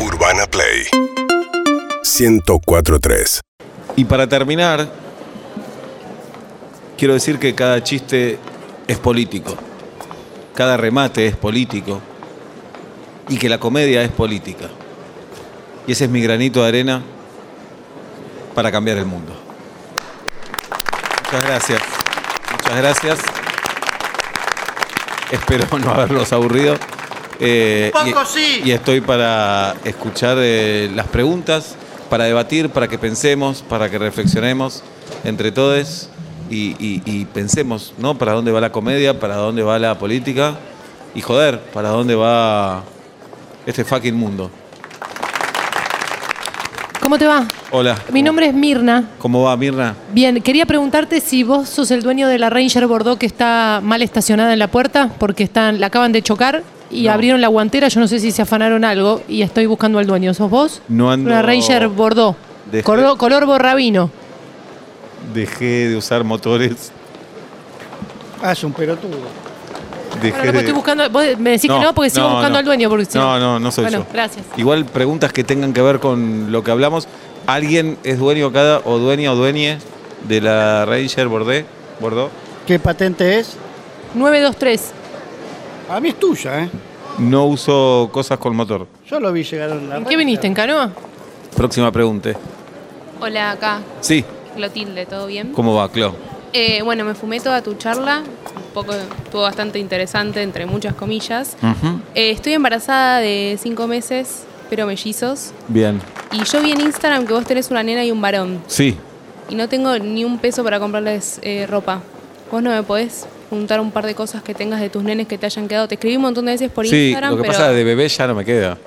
Urbana Play 1043. Y para terminar, quiero decir que cada chiste es político, cada remate es político y que la comedia es política. Y ese es mi granito de arena para cambiar el mundo. Muchas gracias. Muchas gracias. Espero no haberlos aburrido. Eh, Un y- poco sí. Y estoy para escuchar eh, las preguntas, para debatir, para que pensemos, para que reflexionemos entre todos y, y- y pensemos, ¿no? Para dónde va la comedia, para dónde va la política y joder, para dónde va este fucking mundo. ¿Cómo te va? Hola. Mi nombre es Mirna. ¿Cómo va, Mirna? Bien, quería preguntarte si vos sos el dueño de la Ranger Bordeaux que está mal estacionada en la puerta porque están, la acaban de chocar y abrieron la guantera, yo no sé si se afanaron algo y estoy buscando al dueño. ¿Sos vos? No ando- Una Ranger Bordeaux. Dejé- Color, color borrabino. Dejé de usar motores. Ah, es un pelotudo. Dejé Bueno, no, pues de- estoy buscando, vos me decís que no porque sigo no, buscando no. al dueño. Porque si no, no, no soy Bueno, yo. gracias. Igual preguntas que tengan que ver con lo que hablamos. ¿Alguien es dueño cada o dueña o dueñe de la Ranger Bordé, Bordeaux? ¿Qué patente es? 923. A mí es tuya, ¿eh? No uso cosas con motor. Yo lo vi llegar a la ¿En raya. qué viniste? ¿En canoa? Próxima pregunta. Hola, acá, Sí, Clotilde, ¿todo bien? ¿cómo va, Clo? Eh, bueno, me fumé toda tu charla, un poco, estuvo bastante interesante, entre muchas comillas. Eh, estoy embarazada de cinco meses, pero mellizos, Bien. y yo vi en Instagram que vos tenés una nena y un varón, Sí. y no tengo ni un peso para comprarles eh, ropa. ¿Vos no me podés juntar un par de cosas que tengas de tus nenes que te hayan quedado? Te escribí un montón de veces por sí, Instagram, lo que pero pasa de bebé ya no me queda.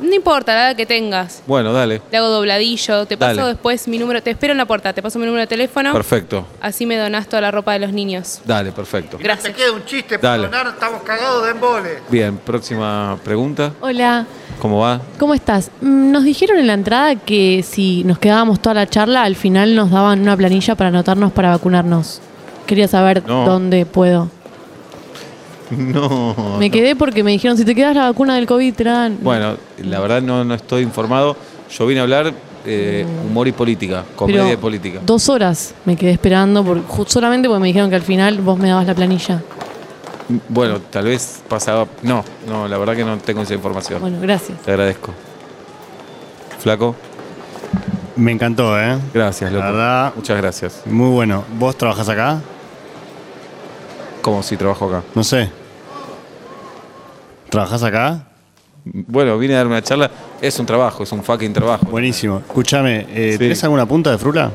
no importa la edad que tengas. Bueno, dale. Te hago dobladillo, te paso Dale. después mi número, te espero en la puerta, te paso mi número de teléfono. Perfecto. Así me donás toda la ropa de los niños. Dale, perfecto. Gracias. Te queda un chiste, Dale. perdonar, estamos cagados de embole. Bien, próxima pregunta. Hola, ¿Cómo va? ¿cómo estás? Mm, Nos dijeron en la entrada que si nos quedábamos toda la charla, al final nos daban una planilla para anotarnos para vacunarnos. Quería saber No. dónde puedo. No. me quedé porque me dijeron, si te quedas la vacuna del COVID, te la dan. Bueno, la verdad no, no estoy informado. Yo vine a hablar eh, humor y política, comedia Pero y política. Dos horas me quedé esperando por, ju- solamente porque me dijeron que al final vos me dabas la planilla. Bueno, tal vez pasaba. No, no, la verdad que no tengo esa información. Bueno, gracias. Te agradezco. Flaco, Me encantó, ¿eh? gracias, loco. La verdad, Muchas gracias. muy bueno. ¿Vos trabajás acá? Como si trabajo acá. No sé. ¿Trabajás acá? Bueno, vine a darme una charla. Es un trabajo, es un fucking trabajo. Buenísimo. Escúchame, eh, Sí. ¿tenés alguna punta de frula?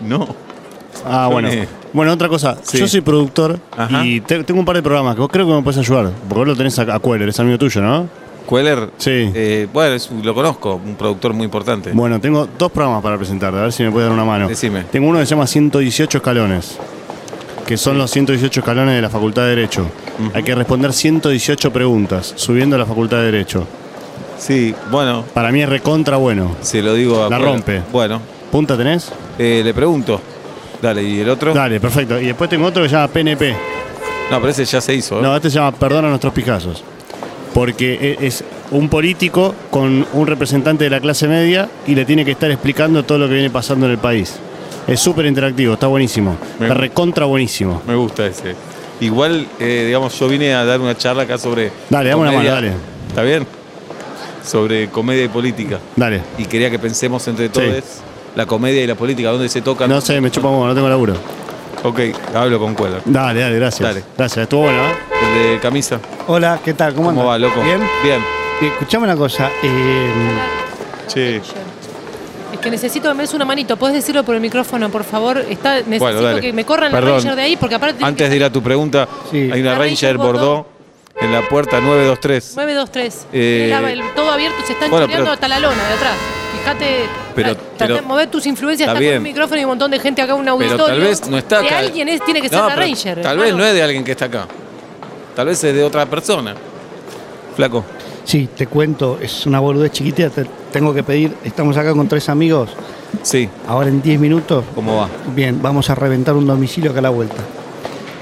No. Ah, Yo bueno. ni- Bueno, otra cosa. Sí. Yo soy productor Ajá. y te- tengo un par de programas que vos creo que me puedes ayudar. Porque vos lo tenés a, a Queller, es amigo tuyo, ¿no? Queller. Sí. eh, bueno, es un- lo conozco, un productor muy importante. Bueno, tengo dos programas para presentarte, a ver si me puedes dar una mano. Decime. Tengo uno que se llama 118 escalones, que son los 118 escalones de la Facultad de Derecho. Hay que responder 118 preguntas, subiendo a la Facultad de Derecho. Sí, bueno, Para mí es recontra bueno. se lo digo a. La Queller. rompe. Bueno, ¿Punta tenés? eh, le pregunto. Dale, ¿y el otro? Dale, perfecto. Y después tengo otro que se llama PNP. No, pero ese ya se hizo. ¿eh? No, este se llama Perdona a nuestros picazos. Porque e- es un político con un representante de la clase media y le tiene que estar explicando todo lo que viene pasando en el país. Es súper interactivo, está buenísimo. Me- Está recontra buenísimo. Me gusta ese. Igual, eh, digamos, yo vine a dar una charla acá sobre. Dale, dame una comedia. mano, dale. ¿Está bien? Sobre comedia y política. Dale. Y quería que pensemos entre todos la comedia y la política, dónde se tocan. No sé, me chupa un huevo, no tengo laburo. Ok, hablo con Cuellar. Dale, dale, gracias. Dale. Gracias, estuvo bueno, ¿eh? El de camisa. Hola, ¿qué tal? ¿Cómo, ¿Cómo, andas? va, loco? Bien. Bien. Bien, Escuchame una cosa. eh, Che. Es que necesito que me des una manito. ¿Puedes decirlo por el micrófono, por favor? Está, necesito Bueno, dale. que me corran Perdón. la Ranger de ahí porque aparte tiene Antes de ir a tu pregunta, Sí. hay una La Ranger Ranger Bordeaux. Bordeaux en la puerta 923. 923. Eh, Lava el- todo abierto, se están bueno, bueno, pero- hasta la lona de atrás. Fíjate, Pero- pero- tra- tratá de mover tus influencias, está está, bien. con un micrófono y un montón de gente acá, un auditorio. Pero tal vez no está De acá. alguien es, tiene que ser No, la pero Ranger. Tal hermano. vez no es de alguien que está acá. Tal vez es de otra persona. Flaco. sí, te cuento, es una boludez chiquitita, te tengo que pedir. Estamos acá con tres amigos, Sí, ahora en 10 minutos. ¿cómo va? Bien, vamos a reventar un domicilio acá a la vuelta.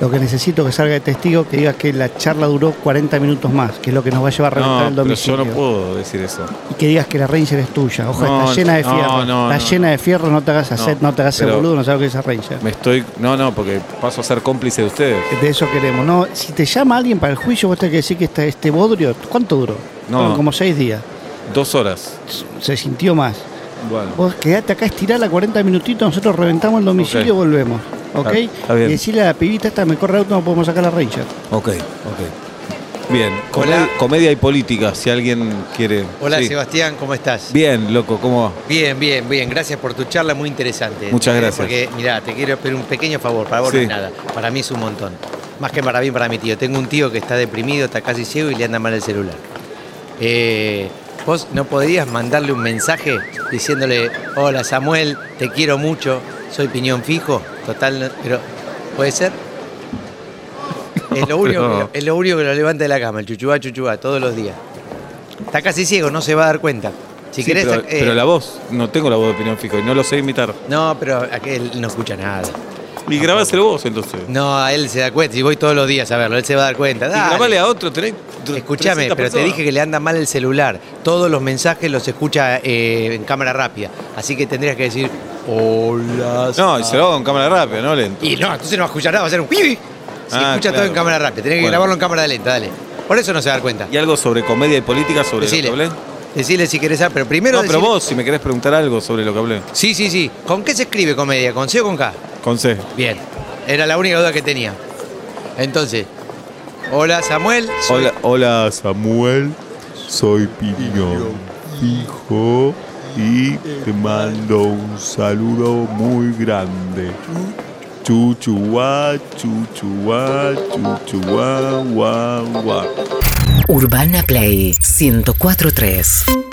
Lo que necesito que salga de testigo que diga que la charla duró 40 minutos más, que es lo que nos va a llevar a reventar No, el pero domicilio. yo no puedo decir eso. Y que digas que la Ranger es tuya. Ojo, No, está llena de no, fierro. no, está no. llena de fierro, no te hagas hacer, No, no, te hagas el pero- boludo, no sabes lo que es esa Ranger. Me estoy. No, no, porque paso a ser cómplice de ustedes. De eso queremos. No, si te llama alguien para el juicio, vos tenés que decir que este, este bodrio, ¿cuánto duró? No. Fueron como seis días. Dos horas. Se sintió más. Bueno. Vos quedate acá, estirala 40 minutitos, nosotros reventamos el domicilio y Ok. volvemos. ¿Ok? Está- está bien. Y decirle a la pibita esta, me corre el auto, no podemos sacar la Ranger. Ok, ok. Bien. Comedia, comedia y política, si alguien quiere. Hola Sí. Sebastián, ¿cómo estás? Bien, loco, ¿cómo va? Bien, bien, bien. Gracias por tu charla, muy interesante. Muchas Eh, gracias. Porque, mirá, te quiero pedir un pequeño favor, para vos no Sí. es nada. Para mí es un montón. Más que para mí, para mi tío. Tengo un tío que está deprimido, está casi ciego y le anda mal el celular. Eh, vos no podías mandarle un mensaje diciéndole, hola Samuel, te quiero mucho, soy piñón fijo, total, no- pero ¿puede ser? Es lo, único No. que, es lo único que lo levanta de la cama, el chuchubá, chuchubá, todos los días. Está casi ciego, no se va a dar cuenta. Si Sí, querés, pero, eh, pero la voz, no tengo la voz de opinión fijo y no lo sé imitar. no, pero aquel no escucha nada. Y grabáselo vos entonces. No, a él se da cuenta. Si voy todos los días a verlo, él se va a dar cuenta. Y Dale. grabale a otro, tenés. tr- 300 Escúchame, pero te personas. dije que le anda mal el celular. Todos los mensajes los escucha eh, en cámara rápida. Así que tendrías que decir, hola. No, y Sa-". se lo hago en cámara rápida, no lento. Y no, entonces no va a escuchar nada, va a ser un... pibi. Se Ah, escucha todo claro. en cámara rápida. Tenés que Bueno. grabarlo en cámara lenta, dale. Por eso no se va a dar cuenta. ¿Y algo sobre comedia y política sobre Decile, lo que hablé? decile si querés, ah, pero primero no, pero decile- vos, si me querés preguntar algo sobre lo que hablé. Sí, sí, sí. ¿Con qué se escribe comedia? ¿Con C o con K? Consejo. Bien, era la única duda que tenía. Entonces, hola Samuel. soy- Hola, hola Samuel, soy Piñón, hijo, y te mando un saludo muy grande. Chuchuá, chuchuá, chuchuá, guá, guá. Urbana Play 1043.